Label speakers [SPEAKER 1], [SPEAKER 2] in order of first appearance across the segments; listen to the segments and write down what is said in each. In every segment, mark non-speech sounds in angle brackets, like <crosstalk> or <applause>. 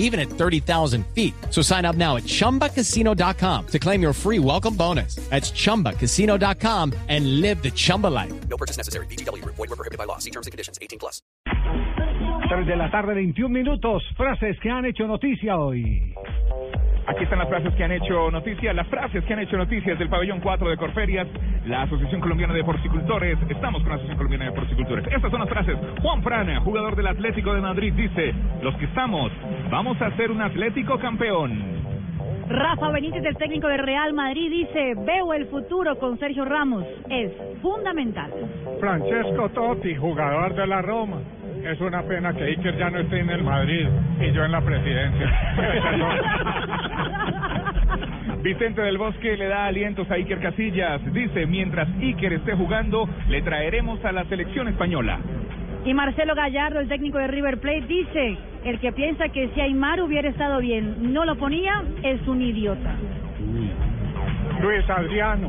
[SPEAKER 1] even at 30,000 feet. So sign up now at ChumbaCasino.com to claim your free welcome bonus. That's ChumbaCasino.com and live the Chumba life.
[SPEAKER 2] No purchase necessary. BGW. Void were prohibited by law. See terms and conditions. 18 plus.
[SPEAKER 3] 3 de la tarde, 21 minutos. Frases que han hecho noticia hoy.
[SPEAKER 4] Aquí están las frases que han hecho noticias, las frases que han hecho noticias del pabellón 4 de Corferias, la Asociación Colombiana de Porcicultores. Estamos con la Asociación Colombiana de Porcicultores. Estas son las frases. Juan Prana, jugador del Atlético de Madrid, dice, los que estamos, vamos a ser un Atlético campeón.
[SPEAKER 5] Rafa Benítez, el técnico de Real Madrid, dice, veo el futuro con Sergio Ramos. Es fundamental.
[SPEAKER 6] Francesco Totti, jugador de la Roma. Es una pena que Iker ya no esté en el Madrid y yo en la presidencia.
[SPEAKER 4] Vicente del Bosque le da alientos a Iker Casillas. Dice, mientras Iker esté jugando, le traeremos a la selección española.
[SPEAKER 5] Y Marcelo Gallardo, el técnico de River Plate, dice, el que piensa que si Aymar hubiera estado bien, no lo ponía, es un idiota.
[SPEAKER 6] Luis Adriano,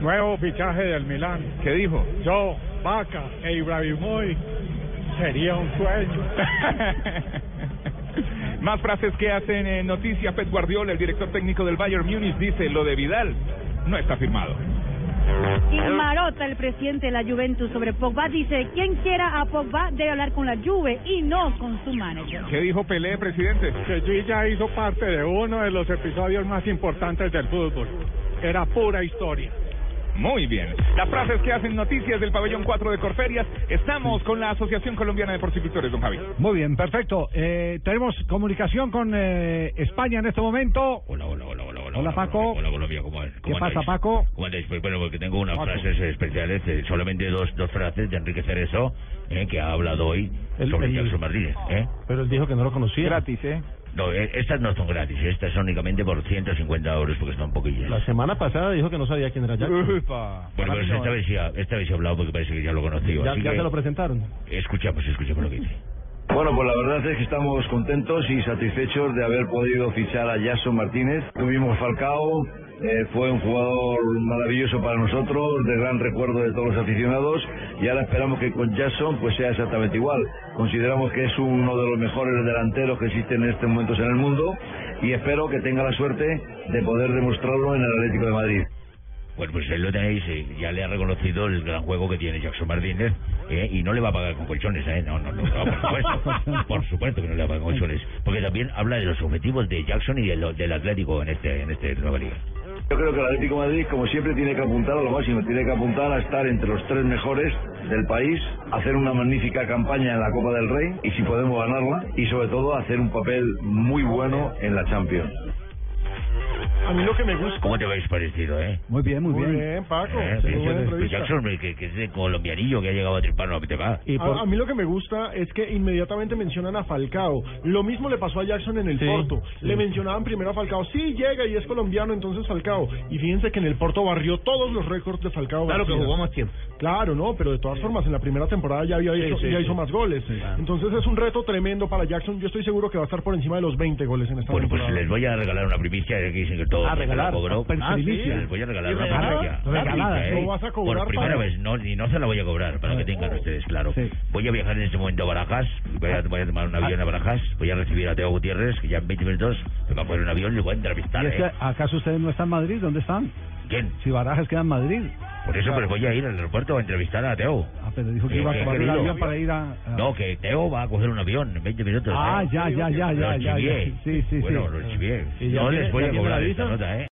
[SPEAKER 6] nuevo fichaje del Milán.
[SPEAKER 4] ¿Qué dijo?
[SPEAKER 6] Yo, Vaca e Ibrahimovic sería un sueño.
[SPEAKER 4] <laughs> Más frases que hacen eh, noticia. Pep Guardiola, el director técnico del Bayern Múnich, dice, lo de Vidal no está firmado.
[SPEAKER 5] Y Marota, el presidente de la Juventus sobre Pogba, dice, quien quiera a Pogba debe hablar con la Juve y no con su manager.
[SPEAKER 4] ¿Qué dijo Pelé, presidente?
[SPEAKER 6] Que Luis ya hizo parte de uno de los episodios más importantes del fútbol. Era pura historia.
[SPEAKER 4] Muy bien. Las frases que hacen noticias del pabellón 4 de Corferias. Estamos con la Asociación Colombiana de Porcicultores, don Javi.
[SPEAKER 3] Muy bien, perfecto. Eh, tenemos comunicación con eh, España en este momento.
[SPEAKER 7] Hola, hola, hola, hola. Hola,
[SPEAKER 3] Hola, Paco.
[SPEAKER 7] Hola, Colombia, ¿cómo, es?
[SPEAKER 3] ¿Qué
[SPEAKER 7] ¿Cómo
[SPEAKER 3] pasa,
[SPEAKER 7] andáis?
[SPEAKER 3] Paco?
[SPEAKER 7] ¿Cómo andáis? Pues bueno, porque tengo unas
[SPEAKER 3] Paco.
[SPEAKER 7] frases especiales, eh, solamente dos, dos frases de Enrique Cerezo, eh, que ha hablado hoy
[SPEAKER 8] El-
[SPEAKER 7] sobre
[SPEAKER 8] el-
[SPEAKER 7] Jackson Martínez. ¿eh?
[SPEAKER 8] Pero él dijo que no lo conocía.
[SPEAKER 4] Gratis, ¿eh?
[SPEAKER 7] No, eh, estas no son gratis, estas son únicamente por 150 euros, porque están poquillas.
[SPEAKER 8] La semana pasada dijo que no sabía quién era
[SPEAKER 6] <laughs>
[SPEAKER 8] Jackson.
[SPEAKER 4] Upa.
[SPEAKER 7] Bueno, pero esta vez, sí ha- esta vez he hablado porque parece que ya lo conocí.
[SPEAKER 4] Pues
[SPEAKER 8] Ya,
[SPEAKER 7] así
[SPEAKER 8] ya
[SPEAKER 7] que
[SPEAKER 8] se lo presentaron.
[SPEAKER 7] Escuchamos, escuchamos lo que dice.
[SPEAKER 9] Bueno, pues la verdad es que estamos contentos y satisfechos de haber podido fichar a Jason Martínez. Tuvimos Falcao, eh, fue un jugador maravilloso para nosotros, de gran recuerdo de todos los aficionados y ahora esperamos que con Jason pues sea exactamente igual. Consideramos que es uno de los mejores delanteros que existen en estos momentos en el mundo y espero que tenga la suerte de poder demostrarlo en el Atlético de Madrid.
[SPEAKER 7] Bueno, pues ahí lo tenéis, eh, ya le ha reconocido el gran juego que tiene Jackson Martínez eh, y no le va a pagar con colchones, ¿eh? No, no, no, no, por
[SPEAKER 8] <laughs>
[SPEAKER 7] supuesto, por supuesto que no le va a pagar con colchones, porque también habla de los objetivos de Jackson y de lo- del Atlético en este en este nueva liga.
[SPEAKER 9] Yo creo que el Atlético de Madrid, como siempre, tiene que apuntar a lo máximo, tiene que apuntar a estar entre los tres mejores del país, hacer una magnífica campaña en la Copa del Rey y si podemos ganarla y sobre todo hacer un papel muy bueno en la Champions.
[SPEAKER 8] A mí lo que me gusta.
[SPEAKER 7] ¿Cómo te habéis parecido, eh?
[SPEAKER 3] Muy bien, muy,
[SPEAKER 8] Muy
[SPEAKER 3] bien.
[SPEAKER 8] bien, Paco.
[SPEAKER 7] Eh,
[SPEAKER 8] Sí,
[SPEAKER 7] pues,
[SPEAKER 8] buena
[SPEAKER 7] pues,
[SPEAKER 8] entrevista.
[SPEAKER 7] Jackson, eh, que, que es de colombianillo que ha llegado a tripar, no te va.
[SPEAKER 8] A- a, mí lo que me gusta es que inmediatamente mencionan a Falcao. Lo mismo le pasó a Jackson en el
[SPEAKER 6] Sí,
[SPEAKER 8] Porto.
[SPEAKER 6] sí.
[SPEAKER 8] Le mencionaban primero a Falcao. Sí, llega y es colombiano, entonces Falcao. Y fíjense que en el Porto barrió todos los récords de Falcao. García.
[SPEAKER 6] más tiempo.
[SPEAKER 8] Claro, no, pero de todas formas en la primera temporada ya había hecho,
[SPEAKER 6] sí,
[SPEAKER 8] ya
[SPEAKER 6] sí.
[SPEAKER 8] hizo más goles. Entonces es un reto tremendo para Jackson. Yo estoy seguro que va a estar por encima de los 20 goles en esta
[SPEAKER 7] Bueno, pues
[SPEAKER 8] temporada.
[SPEAKER 7] les voy a regalar una primicia, ya que dicen que todo
[SPEAKER 6] A regalar,
[SPEAKER 7] cobró.
[SPEAKER 6] per-
[SPEAKER 7] Ah, sí,
[SPEAKER 6] primicia.
[SPEAKER 7] les voy a regalar
[SPEAKER 6] ¿Y
[SPEAKER 7] una
[SPEAKER 6] regalada?
[SPEAKER 7] primicia.
[SPEAKER 6] Regalada,
[SPEAKER 7] Primicia,
[SPEAKER 8] ¿no
[SPEAKER 7] ¿eh?
[SPEAKER 8] vas a cobrar,
[SPEAKER 7] Por primera
[SPEAKER 8] Pablo?
[SPEAKER 7] vez, no, y no se la voy a cobrar, para que tengan ustedes claro.
[SPEAKER 3] Sí.
[SPEAKER 7] Voy a viajar en este momento a Barajas, voy a, voy a tomar un avión a Barajas, voy a recibir a Teo Gutiérrez, que ya en 20 minutos me va a poner un avión y lo voy a entrevistar.
[SPEAKER 3] ¿Y es que,
[SPEAKER 7] ¿eh?
[SPEAKER 3] acaso ustedes no están en Madrid? ¿Dónde están?
[SPEAKER 7] ¿Quién?
[SPEAKER 3] Si Barajas queda en Madrid.
[SPEAKER 7] Por eso pues voy a ir al aeropuerto a entrevistar a Teo.
[SPEAKER 3] Ah, pero dijo que iba
[SPEAKER 7] Eh,
[SPEAKER 3] a coger el
[SPEAKER 7] querido.
[SPEAKER 3] avión para ir a... a-
[SPEAKER 7] No, que Teo va a coger un avión en 20 minutos.
[SPEAKER 3] Ah,
[SPEAKER 7] ¿eh?
[SPEAKER 3] ya, ya, ya,
[SPEAKER 7] Lo
[SPEAKER 3] ya, ya, ya.
[SPEAKER 7] chivié.
[SPEAKER 3] Sí, sí, sí.
[SPEAKER 7] Bueno, lo chivié.
[SPEAKER 8] ¿Y ya
[SPEAKER 7] No
[SPEAKER 8] tiene-
[SPEAKER 7] les voy
[SPEAKER 8] ya
[SPEAKER 7] a
[SPEAKER 8] tiene la
[SPEAKER 7] cobrar
[SPEAKER 8] visa?
[SPEAKER 7] esta nota, ¿eh?